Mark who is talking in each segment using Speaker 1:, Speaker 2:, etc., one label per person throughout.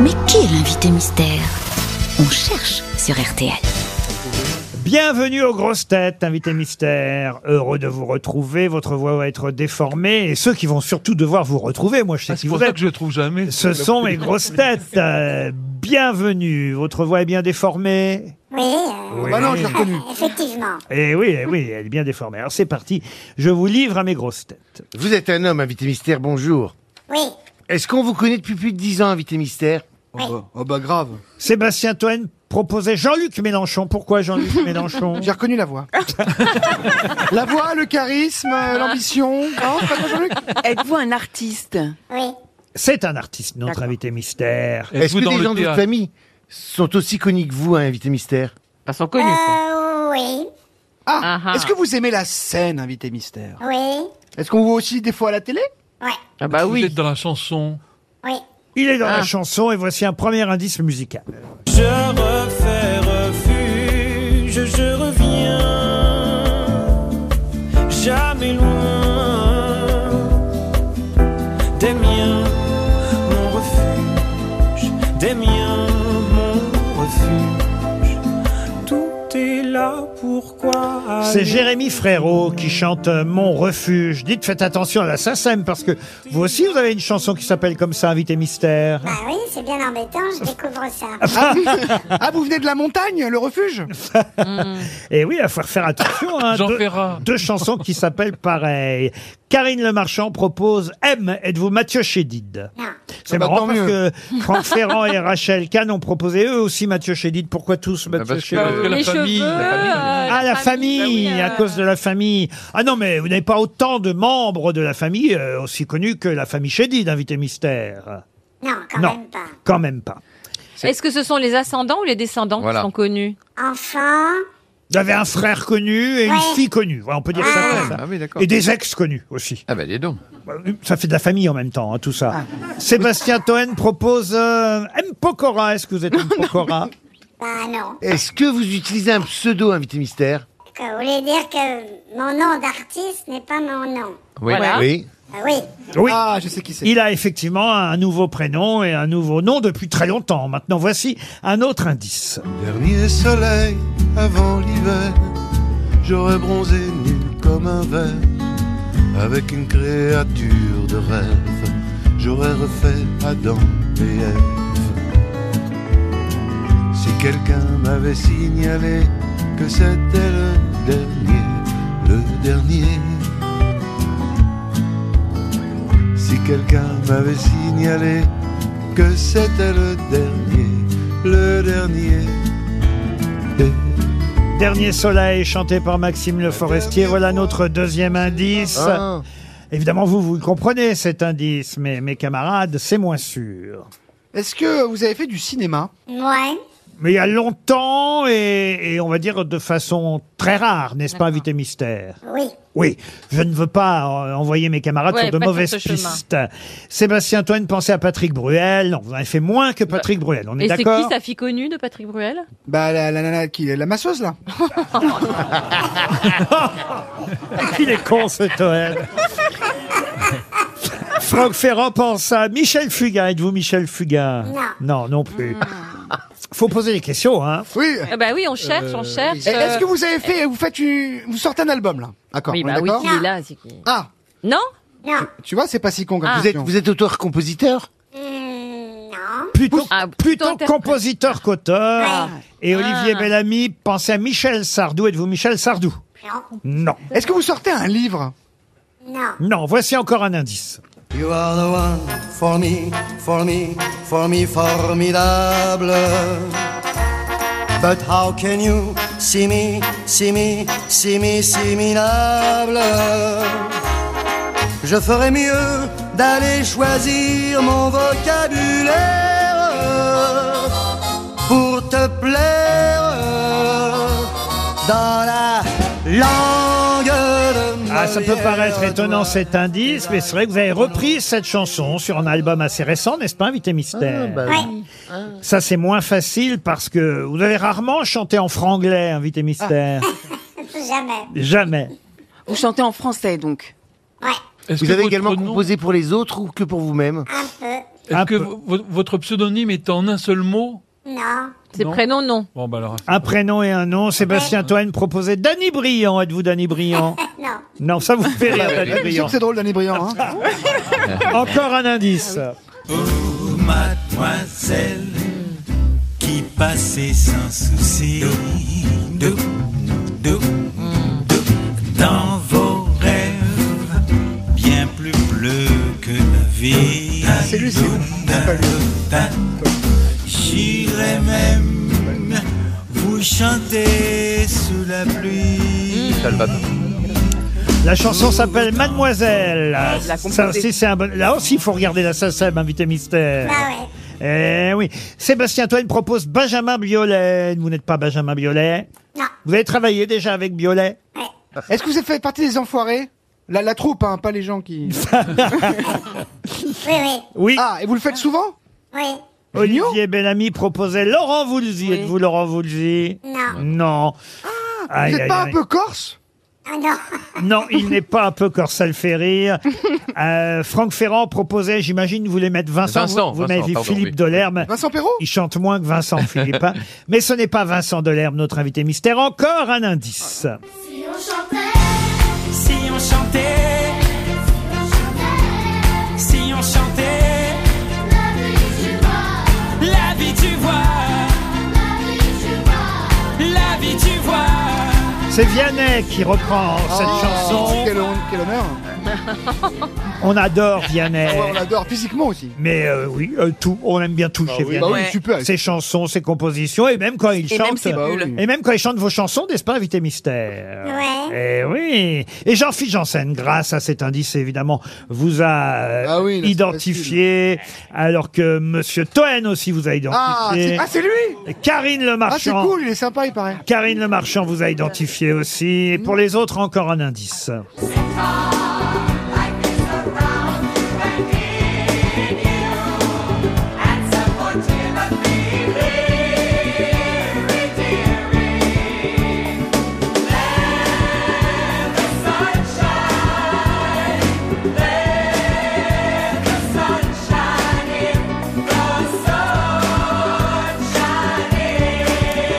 Speaker 1: Mais qui est l'invité mystère On cherche sur RTL.
Speaker 2: Bienvenue aux grosses têtes, invité mystère. Heureux de vous retrouver. Votre voix va être déformée et ceux qui vont surtout devoir vous retrouver, moi je sais
Speaker 3: Ah,
Speaker 2: qui
Speaker 3: c'est
Speaker 2: vous
Speaker 3: pour ça
Speaker 2: êtes.
Speaker 3: que je le trouve jamais.
Speaker 2: Ce sont mes grosses têtes. Euh, bienvenue. Votre voix est bien déformée.
Speaker 4: Oui, euh,
Speaker 2: Oui.
Speaker 5: Bah non, je l'ai reconnu.
Speaker 4: effectivement.
Speaker 2: Eh oui, eh oui, elle est bien déformée. Alors c'est parti. Je vous livre à mes grosses têtes.
Speaker 5: Vous êtes un homme, invité mystère, bonjour.
Speaker 4: Oui,
Speaker 5: Est-ce qu'on vous connaît depuis plus de 10 ans, invité mystère
Speaker 4: Ouais.
Speaker 5: bah, bah grave.
Speaker 2: Sébastien Toen proposait Jean-Luc Mélenchon. Pourquoi Jean-Luc Mélenchon
Speaker 5: J'ai reconnu la voix. la voix, le charisme, euh, l'ambition. Non, c'est pas toi, Jean-Luc
Speaker 6: Êtes-vous un artiste
Speaker 4: oui.
Speaker 2: C'est un artiste, notre
Speaker 6: D'accord.
Speaker 2: invité mystère.
Speaker 5: Est-ce
Speaker 3: Êtes-vous
Speaker 5: que
Speaker 3: dans
Speaker 5: des
Speaker 3: le
Speaker 5: gens de votre
Speaker 3: théâtre
Speaker 5: famille sont aussi connus que vous, hein, invité mystère
Speaker 4: Euh, oui,
Speaker 7: Ah,
Speaker 6: Ah, ah.
Speaker 7: est-ce que vous aimez la scène, invité mystère
Speaker 4: oui,
Speaker 7: Est-ce qu'on vous voit aussi des fois à la télé
Speaker 4: ouais,
Speaker 6: Ah bah
Speaker 3: Vous êtes dans la chanson.
Speaker 4: oui.
Speaker 2: Il est dans la chanson et voici un premier indice musical.
Speaker 8: Je refais refuge, je reviens jamais loin des miens, mon refuge, des miens, mon refuge. Tout est là, pourquoi
Speaker 2: C'est
Speaker 8: aller
Speaker 2: Jérémy Frérot qui chante euh, Mon refuge. Dites, faites attention à la SACEM parce que vous aussi, vous avez une chanson qui s'appelle comme ça, Invité Mystère.
Speaker 4: Bah oui, c'est bien embêtant, je découvre ça.
Speaker 7: Ah, vous venez de la montagne, le refuge
Speaker 2: Et oui, il va falloir faire attention. Hein,
Speaker 3: Jean
Speaker 2: deux,
Speaker 3: Ferrat.
Speaker 2: deux chansons qui s'appellent pareil. Karine Le Marchand propose M. Êtes-vous Mathieu Chédid
Speaker 4: Non,
Speaker 2: C'est
Speaker 7: Ah bah,
Speaker 2: marrant
Speaker 7: tant
Speaker 2: parce
Speaker 7: mieux.
Speaker 2: que Franck Ferrand et Rachel Kahn ont proposé eux aussi Mathieu Chédid. Pourquoi tous Mathieu
Speaker 3: Bah, parce que-
Speaker 2: Chédid
Speaker 3: Parce que la
Speaker 7: Les
Speaker 3: famille.
Speaker 7: cheveux,
Speaker 3: la famille.
Speaker 2: Ah, la famille, à cause de la famille. Ah non, mais vous n'avez pas autant de membres de la famille euh, aussi connus que la famille Chédid, invité mystère.
Speaker 4: non, quand
Speaker 2: Non.
Speaker 4: même pas.
Speaker 2: Quand même pas.
Speaker 9: Est-ce que ce sont les ascendants ou les descendants qui sont connus
Speaker 4: Enfant,
Speaker 2: Vous avez un frère connu et une
Speaker 4: Ouais.
Speaker 2: fille connue. Voilà, on peut dire ça comme ça.
Speaker 5: Ah oui, d'accord.
Speaker 2: Et des ex connus aussi.
Speaker 5: Ah bah les dons.
Speaker 2: Bah, Ça fait de la famille en même temps, hein, tout ça. Sébastien Toen propose euh, M. Pokora. Est-ce que vous êtes M. Pokora
Speaker 4: bah non.
Speaker 5: Est-ce que vous utilisez un pseudo, invité mystère
Speaker 4: Que vous voulez dire que mon nom d'artiste n'est pas mon nom.
Speaker 5: Oui.
Speaker 9: Voilà.
Speaker 5: Oui.
Speaker 4: Ah oui,
Speaker 2: Oui.
Speaker 7: Ah, je sais qui c'est.
Speaker 2: Il a effectivement un nouveau prénom et un nouveau nom depuis très longtemps. Maintenant, voici un autre indice.
Speaker 10: Dernier soleil avant l'hiver, j'aurais bronzé nu comme un verre, avec une créature de rêve, j'aurais refait Adam et Ève. Si quelqu'un m'avait signalé que c'était le dernier, le dernier. Si quelqu'un m'avait signalé que c'était le dernier, le dernier.
Speaker 2: Dernier soleil chanté par Maxime Le Forestier. Voilà notre deuxième indice.
Speaker 5: Ah.
Speaker 2: Évidemment, vous, vous le comprenez cet indice, mais mes camarades, c'est moins sûr.
Speaker 7: Est-ce que vous avez fait du cinéma
Speaker 4: ouais,
Speaker 2: Mais il y a longtemps et, et on va dire de façon très rare, n'est-ce pas, invité mystère
Speaker 4: oui.
Speaker 2: Oui, je ne veux pas euh, envoyer mes camarades
Speaker 9: Ouais,
Speaker 2: sur de
Speaker 9: pas sur
Speaker 2: mauvaises
Speaker 9: ce chemin.
Speaker 2: pistes. Sébastien Toine pensait à Patrick Bruel. Non, vous en avez fait moins que Patrick Bruel, on est
Speaker 9: Bah, Et c'est qui
Speaker 2: d'accord
Speaker 9: sa fille connue de Patrick Bruel
Speaker 7: Bah, la, la, la, la, qui, la masseuse, là
Speaker 2: Il est con ce Toen. Franck Ferrand pense à Michel Fugain. Êtes-vous Michel Fugain Non, non plus. Faut poser des questions, hein.
Speaker 7: Oui
Speaker 9: Ah Bah oui, on cherche, on cherche.
Speaker 7: Et Est-ce
Speaker 9: euh,
Speaker 7: que vous avez fait, vous faites une- vous sortez un album, là D'accord,
Speaker 9: Oui,
Speaker 7: on est
Speaker 9: bah oui,
Speaker 7: d'accord
Speaker 9: il est là. c'est qui-
Speaker 7: Ah,
Speaker 9: Non
Speaker 4: Non,
Speaker 7: tu vois, c'est pas si con comme
Speaker 9: Ah.
Speaker 5: Vous êtes,
Speaker 7: question.
Speaker 5: vous êtes auteur-compositeur
Speaker 4: Hmm, non,
Speaker 2: Plutôt,
Speaker 9: Ah, plutôt
Speaker 2: plutôt
Speaker 9: interprète.
Speaker 2: compositeur qu'auteur.
Speaker 4: Ah.
Speaker 2: Et Olivier
Speaker 9: Ah.
Speaker 2: Bellamy pensait à Michel Sardou. Êtes-vous Michel Sardou
Speaker 4: non,
Speaker 2: Non.
Speaker 7: Est-ce que vous sortez un livre
Speaker 4: non.
Speaker 2: Non, voici encore un indice.
Speaker 10: You are the one for me, for me, for me, formidable. But how can you see me, see me, see me, see minable? Je ferais mieux d'aller choisir mon vocabulaire pour te plaire dans la langue de
Speaker 2: Ah, ça peut
Speaker 10: Molière,
Speaker 2: paraître étonnant
Speaker 10: toi.
Speaker 2: cet indice, mais c'est vrai que vous avez repris cette chanson sur un album assez récent, n'est-ce pas, Invité Mystère
Speaker 4: Ouais,
Speaker 2: Ça, c'est moins facile parce que vous avez rarement chanté en franglais, invité mystère.
Speaker 4: jamais.
Speaker 2: Jamais.
Speaker 6: Vous chantez en français donc
Speaker 4: Ouais,
Speaker 3: Est-ce
Speaker 5: Vous
Speaker 3: que
Speaker 5: avez
Speaker 3: votre
Speaker 5: également
Speaker 3: nom-
Speaker 5: composé pour les autres ou que pour vous-même
Speaker 4: un peu.
Speaker 2: Un
Speaker 3: Est-ce que
Speaker 2: peu.
Speaker 3: vo- vo- votre pseudonyme est en un seul mot
Speaker 4: Non.
Speaker 3: Ses Non.
Speaker 9: prénoms, non.
Speaker 3: Bon, bah alors.
Speaker 2: Un prénom et un nom. Sébastien Toine proposait Danny Briand. Êtes-vous Danny Briand
Speaker 4: Non.
Speaker 2: Non, ça vous fait rire,
Speaker 7: Ouais,
Speaker 2: Danny
Speaker 7: je sais
Speaker 2: Ah, Briand.
Speaker 7: que Euh, c'est drôle, Danny Briand. hein.
Speaker 2: Encore un indice.
Speaker 8: mademoiselle qui passait sans souci Dou, dou, dou. dans vos rêves bien plus bleu que la vie
Speaker 7: Ah, C'est lui, c'est lui. C'est pas lui.
Speaker 8: j'irai même vous chanter sous la pluie
Speaker 7: Mmh.
Speaker 2: La chanson s'appelle Mademoiselle.
Speaker 6: l'a composée.
Speaker 2: Ça aussi, c'est un bon- Là aussi, il faut regarder la SACEM, invité mystère.
Speaker 4: Bah ouais.
Speaker 2: Eh oui. Sébastien Toine propose Benjamin Biolay. Vous n'êtes pas Benjamin Biolay
Speaker 4: Non.
Speaker 2: Vous avez travaillé déjà avec Biolay
Speaker 7: Est-ce que vous faites partie des enfoirés la, la troupe, hein, pas les gens qui.
Speaker 4: Oui, oui.
Speaker 2: Oui.
Speaker 7: Ah, et vous le faites souvent
Speaker 4: Oui.
Speaker 2: Olivier Bellamy proposait Laurent Voulzy.
Speaker 6: Oui.
Speaker 2: Êtes-vous Laurent Voulzy
Speaker 4: Non.
Speaker 2: Non. Aïe,
Speaker 7: Ah, Vous
Speaker 2: aïe,
Speaker 7: n'êtes pas
Speaker 2: aïe.
Speaker 7: un peu corse
Speaker 4: Ah non.
Speaker 2: Non, il n'est pas un peu corse, ça le fait rire. Euh, Franck Ferrand proposait, j'imagine, vous voulez mettre Vincent.
Speaker 11: Vincent,
Speaker 2: vous vous m'avez
Speaker 11: Vincent,
Speaker 2: dit
Speaker 11: pardon,
Speaker 2: Philippe
Speaker 11: oui.
Speaker 2: Delerme.
Speaker 7: Vincent Perrault
Speaker 2: Il chante moins que Vincent Philippe. hein. Mais ce n'est pas Vincent Delerme, notre invité mystère. Encore un indice.
Speaker 8: si on chantait si on chantait la vie tu vois la vie tu vois
Speaker 2: C'est Vianney qui reprend cette chanson.
Speaker 7: Oh. Quel, hon- quel honneur
Speaker 2: On adore Vianney.
Speaker 7: Ah ouais, On l'adore physiquement aussi.
Speaker 2: Mais euh, oui, euh, tout, on aime bien tout chez
Speaker 7: oui,
Speaker 2: Vianney.
Speaker 7: bah oui, super.
Speaker 2: Ses chansons, ses compositions, et même quand il
Speaker 6: Et
Speaker 2: chante. euh,
Speaker 6: même ses
Speaker 7: bah oui.
Speaker 6: bulles.
Speaker 2: Et même quand il chante vos chansons, n'est-ce pas, Invité Mystère Eh oui Et Jean-Philippe Janssen, grâce à cet indice, évidemment, vous a euh,
Speaker 7: Ah oui, là, c'est
Speaker 2: identifié, alors que Monsieur Toen aussi vous a
Speaker 7: Ah,
Speaker 2: identifié.
Speaker 7: c'est ah, c'est lui
Speaker 2: Karine Le
Speaker 7: Ah, c'est
Speaker 2: Marchand.
Speaker 7: cool, il est sympa, il paraît.
Speaker 2: Karine Le Marchand vous a identifié aussi. Et pour les autres, encore un indice.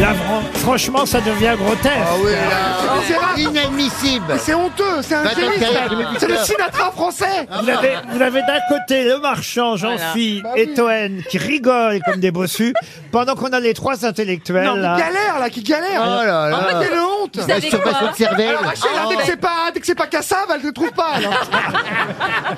Speaker 2: Là, fran- franchement, ça devient grotesque.
Speaker 7: Ah C'est rare.
Speaker 11: Inadmissible.
Speaker 7: Ah, C'est honteux, c'est un
Speaker 11: Va te
Speaker 7: génie,
Speaker 11: faire
Speaker 7: ça.
Speaker 11: une
Speaker 7: C'est le
Speaker 11: peur.
Speaker 7: Sinatra français
Speaker 2: Vous avez, vous avez d'un côté le marchand, Jean-Phi
Speaker 7: Bah
Speaker 2: et
Speaker 7: oui.
Speaker 2: Toen qui rigolent comme des bossus, pendant qu'on a les trois intellectuels.
Speaker 7: Non, mais
Speaker 2: là.
Speaker 7: galère là, qui galère
Speaker 11: Oh là là.
Speaker 7: Ah, quelle honte
Speaker 9: savez
Speaker 11: Masturbation
Speaker 9: quoi
Speaker 11: de cervelle.
Speaker 7: Alors, Rachel, là, dès que c'est pas, dès que c'est pas Cassav, elle ne trouve pas. alors.
Speaker 6: Ah.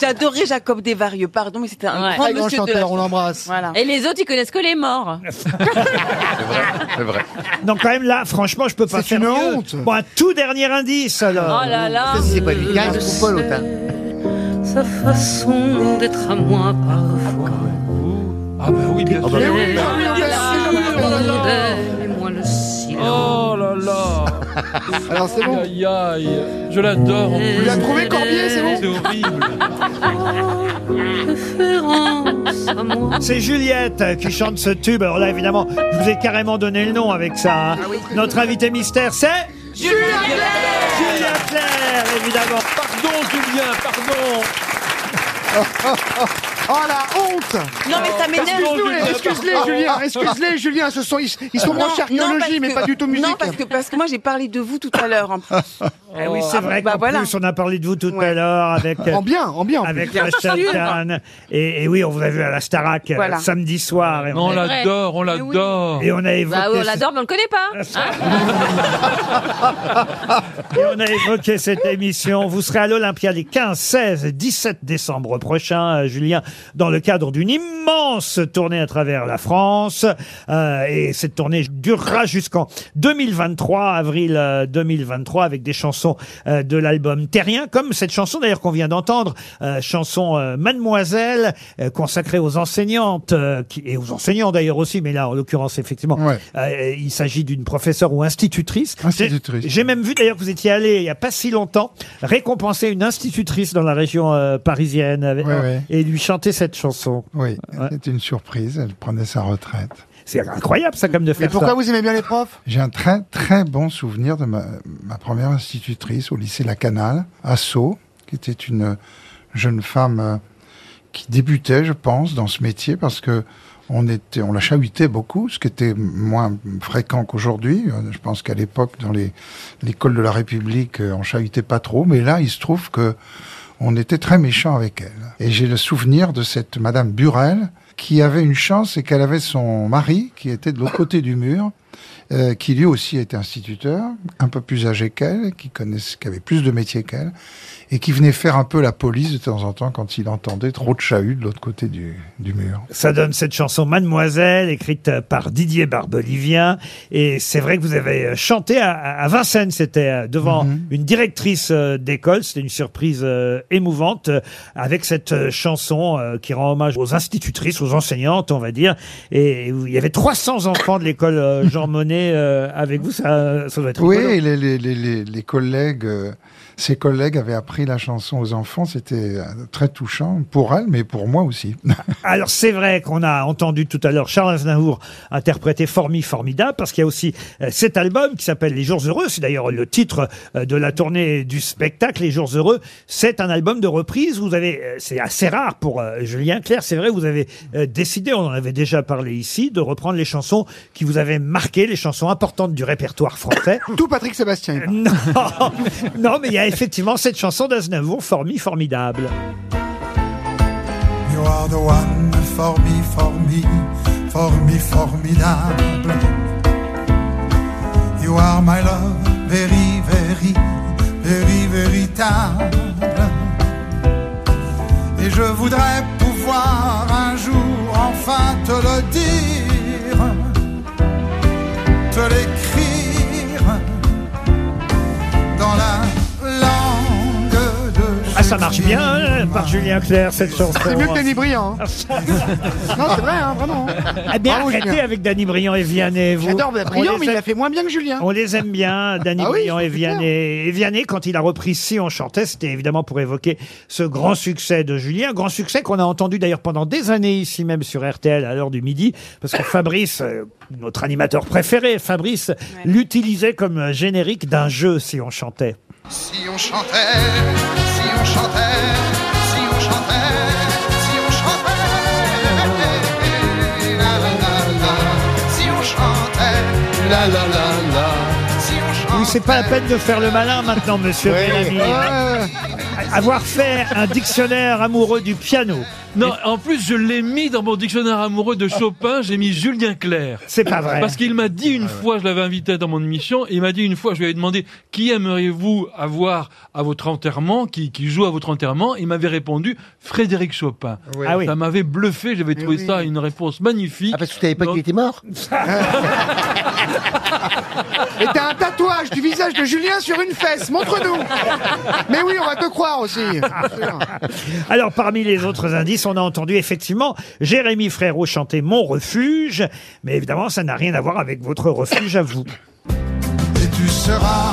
Speaker 6: J'adorais Jacob Desvarieux, pardon, mais c'était un
Speaker 9: Ouais.
Speaker 2: Ah,
Speaker 6: grand monsieur de la...
Speaker 7: l'embrasse.
Speaker 6: Voilà.
Speaker 9: Et les autres, ils connaissent que les morts.
Speaker 11: C'est vrai, c'est vrai.
Speaker 2: Non, quand même là, franchement, je peux pas
Speaker 7: C'est
Speaker 2: faire
Speaker 7: une
Speaker 2: mieux.
Speaker 7: honte.
Speaker 2: Bon, un tout dernier indice alors.
Speaker 7: Ah.
Speaker 9: Oh là là.
Speaker 11: Ça, c'est pas du gaz ou pas l'autre. hein.
Speaker 1: Sa façon d'être à moi parfois.
Speaker 3: Ah, bah oui, bien
Speaker 11: Ah bah
Speaker 3: sûr.
Speaker 11: oui.
Speaker 1: Et Euh, moi le silence.
Speaker 3: Oh là là.
Speaker 7: Alors c'est bon.
Speaker 3: Aïe, aïe. Je l'adore en
Speaker 7: Il
Speaker 3: plus.
Speaker 7: a trouvé Corbier, c'est bon
Speaker 3: C'est horrible.
Speaker 1: Préférence à moi.
Speaker 2: C'est Juliette euh, qui chante ce tube. Alors là, évidemment, je vous ai carrément donné le nom avec ça. hein. Notre invité mystère, c'est Juliette Claire, évidemment.
Speaker 3: Pardon, Julien, pardon.
Speaker 7: Oh la honte
Speaker 6: Non, mais ça m'énerve.
Speaker 2: Oh,
Speaker 3: Julien,
Speaker 7: Excuse-les, Julien, excuse-les, Julien, ce sont, ils, ils sont
Speaker 6: Non,
Speaker 7: branchés archéologie, mais pas du tout musique.
Speaker 6: Non, parce que, parce que moi j'ai parlé de vous tout à l'heure. en plus.
Speaker 2: Eh oui, c'est
Speaker 6: Ah,
Speaker 2: vrai
Speaker 6: bah
Speaker 2: qu'en
Speaker 6: voilà.
Speaker 2: plus, on a parlé de vous tout à
Speaker 6: Ouais.
Speaker 2: l'heure avec. euh,
Speaker 7: En bien, en bien. en
Speaker 2: Avec
Speaker 6: Bien
Speaker 2: Rachel
Speaker 6: sûr.
Speaker 2: Kahn. Et, et oui, on vous a vu à la Starac euh,
Speaker 6: Voilà.
Speaker 2: samedi soir. Et
Speaker 3: Non,
Speaker 2: on,
Speaker 3: on
Speaker 2: a,
Speaker 3: l'adore, on
Speaker 6: oui.
Speaker 3: l'adore.
Speaker 2: et on a évoqué.
Speaker 9: Bah,
Speaker 6: oh,
Speaker 9: on l'adore, mais on le connaît pas.
Speaker 2: Et on a évoqué cette émission. Vous serez à l'Olympia les 15, 16 et 17 décembre prochains, euh, Julien, dans le cadre d'une immense tournée à travers la France. Euh, et cette tournée durera jusqu'en 2023, avril euh, 2023, avec des chansons euh, de l'album Terrien, comme cette chanson d'ailleurs qu'on vient d'entendre, euh, chanson euh, Mademoiselle, euh, consacrée aux enseignantes, euh, qui- et aux enseignants d'ailleurs aussi, mais là, en l'occurrence, effectivement,
Speaker 5: Ouais.
Speaker 2: euh, il s'agit d'une professeure ou institutrice.
Speaker 7: Ah,
Speaker 5: Institutrice.
Speaker 2: J'ai- J'ai même vu d'ailleurs que vous étiez allé il n'y a pas si longtemps récompenser une institutrice dans la région euh, parisienne avec-
Speaker 5: Ouais, ouais.
Speaker 2: et lui chanter cette chanson.
Speaker 5: Oui,
Speaker 2: Ouais.
Speaker 5: c'est une surprise. Elle prenait sa retraite.
Speaker 2: C'est incroyable ça comme de
Speaker 7: Mais
Speaker 2: faire
Speaker 7: pourquoi
Speaker 2: ça.
Speaker 7: vous aimez bien les profs
Speaker 5: J'ai un très très bon souvenir de ma, ma première institutrice au lycée La Canale, à Sceaux, qui était une jeune femme euh,
Speaker 7: qui débutait, je pense, dans ce métier parce que on était, on la chahutait beaucoup, ce qui était moins fréquent qu'aujourd'hui. Euh, Je pense qu'à l'époque, dans les l'école de la République, euh, on chahutait pas trop, mais là, il se trouve que on était très méchant avec elle. Et j'ai le souvenir de cette Madame Burel qui avait une chance et qu'elle avait son mari qui était de l'autre côté du mur, euh, qui lui aussi était instituteur, un peu plus âgé qu'elle, qui connaissait, qui avait plus de métier qu'elle, et qui venait faire un peu la police de temps en temps quand il entendait trop de chahuts de l'autre côté du, du mur.
Speaker 2: Ça donne cette chanson Mademoiselle, écrite par Didier Barbelivien. Et c'est vrai que vous avez euh, chanté à, à Vincennes, c'était euh, devant une directrice euh, d'école. C'était une surprise euh, émouvante euh, avec cette euh, chanson euh, qui rend hommage aux institutrices, aux enseignantes, on va dire. Et où il y avait 300 enfants de l'école euh, Jean Monnet euh, avec vous. Ça, ça doit être
Speaker 7: Oui,
Speaker 2: rigolo.
Speaker 7: et les, les, les, les, les collègues, euh, ses collègues avaient appris la chanson aux enfants. C'était euh, très touchant pour elle, mais pour moi aussi.
Speaker 2: Alors c'est vrai qu'on a entendu tout à l'heure Charles Aznavour interpréter Formi Formidable parce qu'il y a aussi euh, cet album qui s'appelle Les Jours Heureux. C'est d'ailleurs le titre euh, de la tournée du spectacle Les Jours Heureux. C'est un album de reprise. Vous avez, euh, c'est assez rare pour euh, Julien Clerc. C'est vrai, vous avez euh, décidé, on en avait déjà parlé ici, de reprendre les chansons qui vous avaient marqué, les chansons importantes du répertoire français.
Speaker 12: Tout Patrick Sébastien.
Speaker 2: Non, non, mais il y a effectivement cette chanson d'Aznavour, Formi Formidable.
Speaker 13: You are the one for me, for me, for me, formidable. You are my love, very, very, very, véritable. Et je voudrais pouvoir un jour enfin te le dire, te l'écrire dans la langue de
Speaker 2: Ah, ça marche bien hein, par Julien Clerc, cette chanson.
Speaker 12: C'est mieux que Danny Briand. hein. non, c'est vrai, hein, vraiment.
Speaker 2: Ah, bien
Speaker 12: Bravo,
Speaker 2: arrêtez
Speaker 12: Julien.
Speaker 2: avec Danny Briand et Vianney. vous.
Speaker 12: J'adore bah,
Speaker 2: On
Speaker 12: Briand,
Speaker 2: les
Speaker 12: mais il
Speaker 2: aime-
Speaker 12: a fait moins bien que Julien.
Speaker 2: On les aime bien, Danny
Speaker 12: Ah oui,
Speaker 2: Briand et
Speaker 12: c'est clair.
Speaker 2: Vianney. Et Vianney, quand il a repris Si on chantait, c'était évidemment pour évoquer ce grand succès de Julien. Grand succès qu'on a entendu d'ailleurs pendant des années ici même sur RTL à l'heure du midi. Parce que Fabrice, euh, notre animateur préféré, Fabrice, l'utilisait comme euh, générique d'un jeu Si on chantait.
Speaker 13: Si on chantait, si on chantait, si on chantait, si on chantait, la la la la, si on chantait, la la la la, si on chantait.
Speaker 2: Oui, c'est pas la peine de faire le malin maintenant, monsieur Bellamy. Avoir fait un dictionnaire amoureux du piano.
Speaker 3: Non, en plus, je l'ai mis dans mon dictionnaire amoureux de Chopin, j'ai mis Julien Clerc.
Speaker 2: C'est pas vrai.
Speaker 3: Parce qu'il m'a dit une fois, je l'avais invité dans mon émission, et il m'a dit une fois, je lui avais demandé qui aimeriez-vous avoir à votre enterrement, qui, qui joue à votre enterrement, il m'avait répondu Frédéric Chopin.
Speaker 14: Oui. Ah oui.
Speaker 3: Ça m'avait bluffé, j'avais trouvé
Speaker 14: oui.
Speaker 3: ça une réponse magnifique. Ah, parce que tu savais pas qu'il était mort
Speaker 12: Et t'as un tatouage du visage de Julien sur une fesse. Montre-nous. Mais oui, on va te croire aussi.
Speaker 2: Alors, parmi les autres indices, on a entendu effectivement Jérémy Frérot chanter Mon refuge, mais évidemment, ça n'a rien à voir avec votre refuge à vous.
Speaker 13: Et tu seras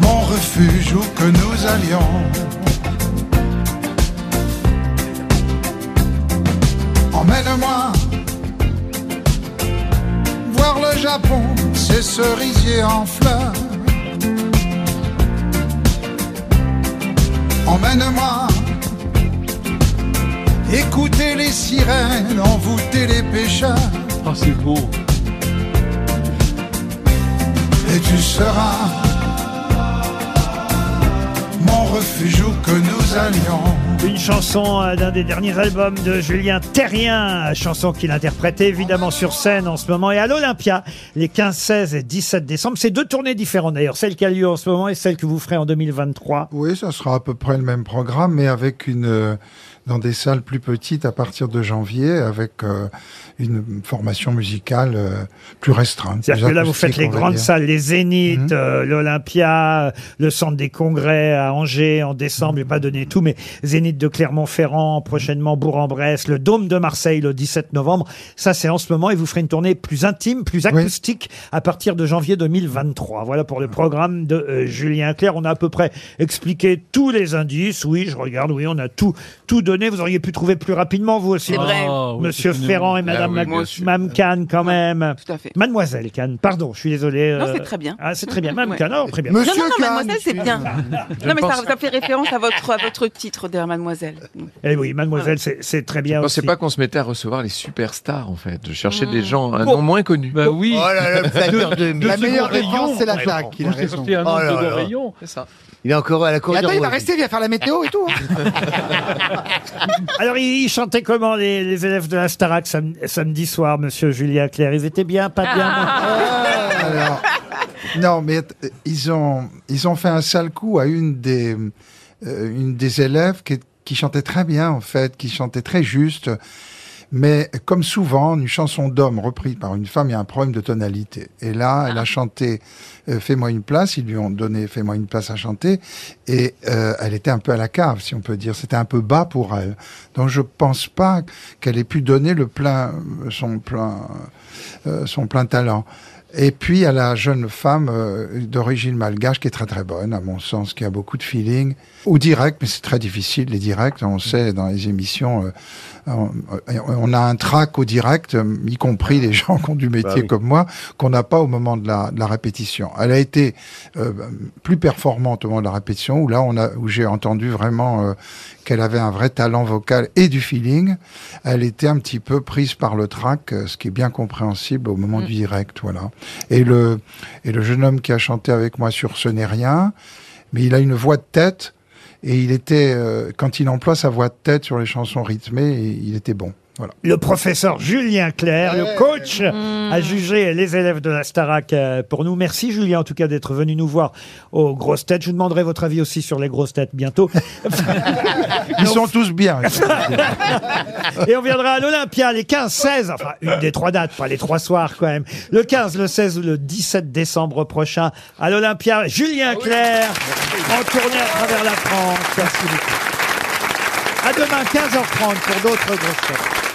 Speaker 13: mon refuge où que nous allions. Emmène-moi voir le Japon, ses cerisiers en fleurs. Emmène-moi écouter les sirènes, envoûter les pêcheurs.
Speaker 3: Ah, c'est beau.
Speaker 13: et tu seras mon refuge où que nous allions.
Speaker 2: Une chanson euh, d'un des derniers albums de Julien Terrien, chanson qu'il interprète évidemment sur scène en ce moment et à l'Olympia les 15, 16 et 17 décembre. C'est deux tournées différentes d'ailleurs, celle qui a lieu en ce moment et celle que vous ferez en 2023.
Speaker 7: Oui, ça sera à peu près le même programme, mais avec une euh, dans des salles plus petites à partir de janvier, avec euh, une formation musicale euh, plus restreinte.
Speaker 2: C'est-à-dire
Speaker 7: plus
Speaker 2: que là, vous
Speaker 7: acoustique,
Speaker 2: faites les
Speaker 7: on va
Speaker 2: grandes
Speaker 7: dire. Mhm.
Speaker 2: salles, les Zéniths,
Speaker 7: Mhm.
Speaker 2: euh, l'Olympia, euh, le Centre des Congrès à Angers en décembre. Je vais pas donner tout, mais Zénith Zénith de Clermont-Ferrand, prochainement Bourg-en-Bresse, le Dôme de Marseille le 17 novembre. Ça, c'est en ce moment et vous ferez une tournée plus intime, plus acoustique à partir de janvier 2023. Voilà pour le programme de euh, Julien Clerc. On a à peu près expliqué tous les indices. Oui, je regarde, oui, on a tout, tout donné. Vous auriez pu trouver plus rapidement, vous aussi.
Speaker 6: C'est vrai.
Speaker 2: Ah, oui, Monsieur
Speaker 6: c'est une-
Speaker 2: Ferrand et
Speaker 6: Là,
Speaker 2: Madame
Speaker 6: oui,
Speaker 2: Mac-
Speaker 6: moi aussi.
Speaker 2: Mme Kahn, quand même.
Speaker 6: tout à fait.
Speaker 2: Mademoiselle Kahn, pardon, je suis désolé.
Speaker 6: Non,
Speaker 2: euh,
Speaker 6: c'est très bien.
Speaker 2: Ah, c'est très bien. Mme
Speaker 6: Ouais.
Speaker 2: Kahn, oh, très bien.
Speaker 6: non, non, non, mademoiselle, c'est bien.
Speaker 2: Je
Speaker 6: non, mais ça,
Speaker 2: pense-
Speaker 6: ça fait référence à votre, à votre titre, d'ailleurs, mademoiselle.
Speaker 2: Eh oui, mademoiselle, c'est c'est très bien
Speaker 15: Je
Speaker 2: aussi.
Speaker 15: pensais pas qu'on se mettait à recevoir les superstars en fait. Je cherchais des gens un
Speaker 2: Bon.
Speaker 15: nom moins connu.
Speaker 3: Ah. Bah oui.
Speaker 11: Oh là là, le flatteur de-
Speaker 15: De- de
Speaker 11: La
Speaker 15: ce
Speaker 11: meilleure
Speaker 15: Gorayon.
Speaker 11: défense, c'est
Speaker 15: Ouais,
Speaker 11: l'attaque,
Speaker 15: bon.
Speaker 11: il a
Speaker 15: Vous
Speaker 11: raison.
Speaker 15: sortez un nom
Speaker 11: Oh là
Speaker 15: de
Speaker 11: là.
Speaker 15: Gorayon. C'est ça.
Speaker 11: Il est encore à la cour
Speaker 5: Mais
Speaker 11: de
Speaker 5: attends, il va
Speaker 11: Rouen.
Speaker 5: rester, il va faire la météo et tout. hein.
Speaker 2: Alors, ils ils chantaient comment les, les élèves de la Starac sam- samedi soir, monsieur Julien Clerc Ils étaient bien, pas bien
Speaker 6: Ah.
Speaker 13: Alors, non, mais euh, ils ont, ils ont fait un sale coup à une des, euh, une des élèves qui, qui chantait très bien, en fait, qui chantait très juste. Mais comme souvent, une chanson d'homme reprise par une femme, il y a un problème de tonalité. Et là, elle a chanté euh, Fais-moi une place. Ils lui ont donné Fais-moi une place à chanter. Et euh, elle était un peu à la cave, si on peut dire. C'était un peu bas pour elle. Donc je pense pas qu'elle ait pu donner le plein, son plein, euh, son plein talent. Et puis à la jeune femme euh, d'origine malgache qui est très très bonne, à mon sens, qui a beaucoup de feeling, ou direct, mais c'est très difficile les directs. On sait dans les émissions, euh, on, euh, on a un trac au direct, euh, y compris les gens qui ont du métier
Speaker 16: Bah oui.
Speaker 13: comme moi, qu'on n'a pas au moment de la, de la répétition. Elle a été euh, plus performante au moment de la répétition, où là on a, euh, où j'ai entendu vraiment euh, qu'elle avait un vrai talent vocal et du feeling. Elle était un petit peu prise par le trac, euh, ce qui est bien compréhensible au moment du direct, voilà. Et le et le jeune homme qui a chanté avec moi sur ce n'est rien, mais il a une voix de tête et il était euh, quand il emploie sa voix de tête sur les chansons rythmées, il était bon. Voilà.
Speaker 2: Le professeur Julien Clerc, le coach,
Speaker 6: Hmm.
Speaker 2: a jugé les élèves de la Starac euh, pour nous. Merci Julien en tout cas d'être venu nous voir aux grosses têtes. Je vous demanderai votre avis aussi sur les grosses têtes bientôt.
Speaker 13: Ils sont tous bien.
Speaker 2: Et on viendra à l'Olympia les 15-16, enfin une des trois dates, pas les trois soirs quand même. Le 15, le 16 ou le 17 décembre prochain à l'Olympia. Julien Clerc en tournée à travers la France. Merci beaucoup. À demain 15h30 pour d'autres grosses têtes.